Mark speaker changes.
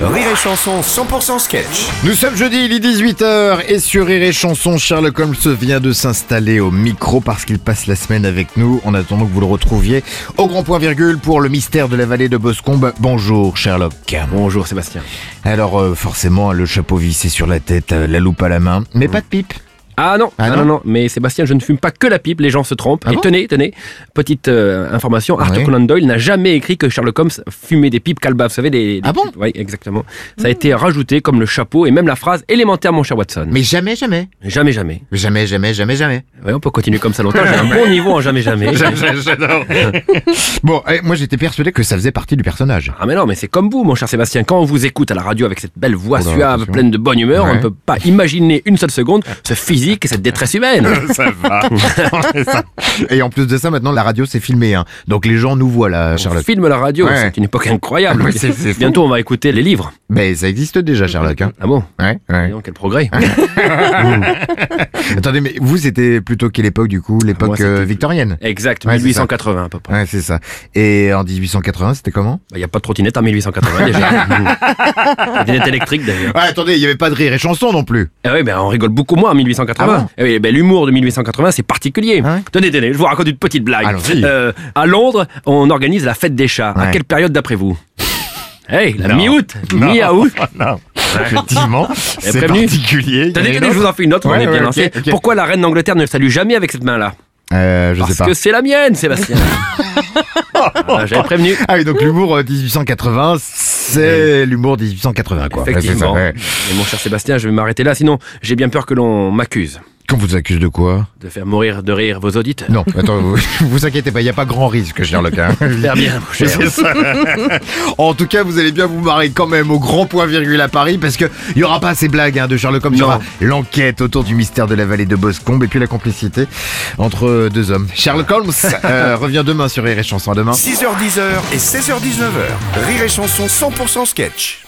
Speaker 1: Rire et Chanson 100% sketch.
Speaker 2: Nous sommes jeudi, il est 18h et sur Rire et Chanson, Sherlock Holmes vient de s'installer au micro parce qu'il passe la semaine avec nous en attendant que vous le retrouviez au grand point virgule pour le mystère de la vallée de Boscombe. Bonjour Sherlock.
Speaker 3: Bonjour Sébastien.
Speaker 2: Alors euh, forcément, le chapeau vissé sur la tête, euh, la loupe à la main,
Speaker 3: Mm.
Speaker 2: mais pas de pipe.
Speaker 3: Ah non,
Speaker 2: Ah
Speaker 3: ah
Speaker 2: non.
Speaker 3: non, non, mais Sébastien, je ne fume pas que la pipe, les gens se trompent.
Speaker 2: Ah
Speaker 3: et
Speaker 2: bon
Speaker 3: tenez, tenez, petite euh, information, Arthur
Speaker 2: Ouais.
Speaker 3: Conan Doyle n'a jamais écrit que Sherlock Holmes fumait des pipes calbas, vous savez, des... des
Speaker 2: Ah bon
Speaker 3: pipes- Oui, exactement. Ça a été rajouté comme le chapeau et même la phrase élémentaire, mon cher Watson.
Speaker 2: Mais jamais, jamais.
Speaker 3: Jamais, jamais.
Speaker 2: Jamais, jamais, jamais, jamais.
Speaker 3: Ouais, on peut continuer comme ça longtemps, j'ai un bon niveau en jamais, jamais.
Speaker 2: J'adore. bon, eh, moi j'étais persuadé que ça faisait partie du personnage.
Speaker 3: Ah mais non, mais c'est comme vous, mon cher Sébastien. Quand on vous écoute à la radio avec cette belle voix
Speaker 2: Oh là,
Speaker 3: suave,
Speaker 2: attention.
Speaker 3: pleine de bonne humeur, on
Speaker 2: Ouais.
Speaker 3: ne peut pas imaginer une seule seconde ce physique et cette détresse humaine.
Speaker 2: ça va. et en plus de ça, maintenant la radio s'est filmée. hein. Donc les gens nous voient là,
Speaker 3: On
Speaker 2: Sherlock.
Speaker 3: filme la radio,
Speaker 2: Ouais.
Speaker 3: c'est une époque incroyable.
Speaker 2: Ouais, c'est- c'est fou.
Speaker 3: Bientôt, on va écouter les livres.
Speaker 2: Mais ça existe déjà, Sherlock. Hein.
Speaker 3: Ah bon
Speaker 2: Ouais, ouais.
Speaker 3: Voyons, quel progrès.
Speaker 2: Attendez, mais vous, c'était plutôt quelle époque, du coup L'époque
Speaker 3: Moi, c'était-
Speaker 2: euh, victorienne
Speaker 3: Exact,
Speaker 2: Ouais, c'est
Speaker 3: 1880 à peu près. Bah,
Speaker 2: Ouais, c'est ça. Et en 1880, c'était comment
Speaker 3: Il n'y a pas de trottinette en 1880 déjà. Trottinette électrique d'ailleurs.
Speaker 2: ah, Attendez, il n'y avait pas de rire et chanson non plus.
Speaker 3: Eh oui, ben, on rigole beaucoup moins en 1880.
Speaker 2: Ah bon
Speaker 3: Eh oui, ben, l'humour de 1880, c'est particulier.
Speaker 2: Ah ouais
Speaker 3: tenez, tenez, je vous raconte une petite blague.
Speaker 2: Allons-y.
Speaker 3: Euh, à Londres, on organise la fête des chats.
Speaker 2: Ouais.
Speaker 3: À quelle période d'après vous Hey, la
Speaker 2: Non.
Speaker 3: mi-août,
Speaker 2: Non.
Speaker 3: mi-août.
Speaker 2: non, effectivement, c'est
Speaker 3: Ah, prévenu.
Speaker 2: particulier. Il y en a
Speaker 3: Tenez,
Speaker 2: une
Speaker 3: tenez, je vous
Speaker 2: autre
Speaker 3: en fais une autre,
Speaker 2: Eh, Ouais,
Speaker 3: on est bien
Speaker 2: ouais,
Speaker 3: lancé.
Speaker 2: ok, ok.
Speaker 3: Pourquoi la reine d'Angleterre ne salue jamais avec cette main-là
Speaker 2: Euh, je
Speaker 3: Parce
Speaker 2: sais pas.
Speaker 3: que c'est la mienne, Sébastien. Ah, J'avais prévenu.
Speaker 2: Ah oui, donc l'humour euh, 1880, c'est l'humour 1880, Ah, quoi. Ouais, c'est ça,
Speaker 3: Effectivement.
Speaker 2: ouais.
Speaker 3: Mais mon cher Sébastien, je vais m'arrêter là, sinon j'ai bien peur que l'on m'accuse
Speaker 2: Qu'on vous accuse de quoi
Speaker 3: de faire mourir de rire vos auditeurs.
Speaker 2: Non, attends, vous, vous inquiétez pas, il n'y a pas grand risque, Sherlock. hein.
Speaker 3: Faire bien, mon cher.
Speaker 2: C'est ça. en tout cas, vous allez bien vous marrer quand même au grand point virgule à Paris parce que il y aura pas ces blagues hein, de Sherlock Holmes. Il y
Speaker 3: Non.
Speaker 2: aura l'enquête autour du mystère de la vallée de Boscombe et puis la complicité entre deux hommes. Sherlock Holmes euh, revient demain sur Rire et Chanson. À demain.
Speaker 1: 6h10h et 16h19h. Rire et Chanson 100% sketch.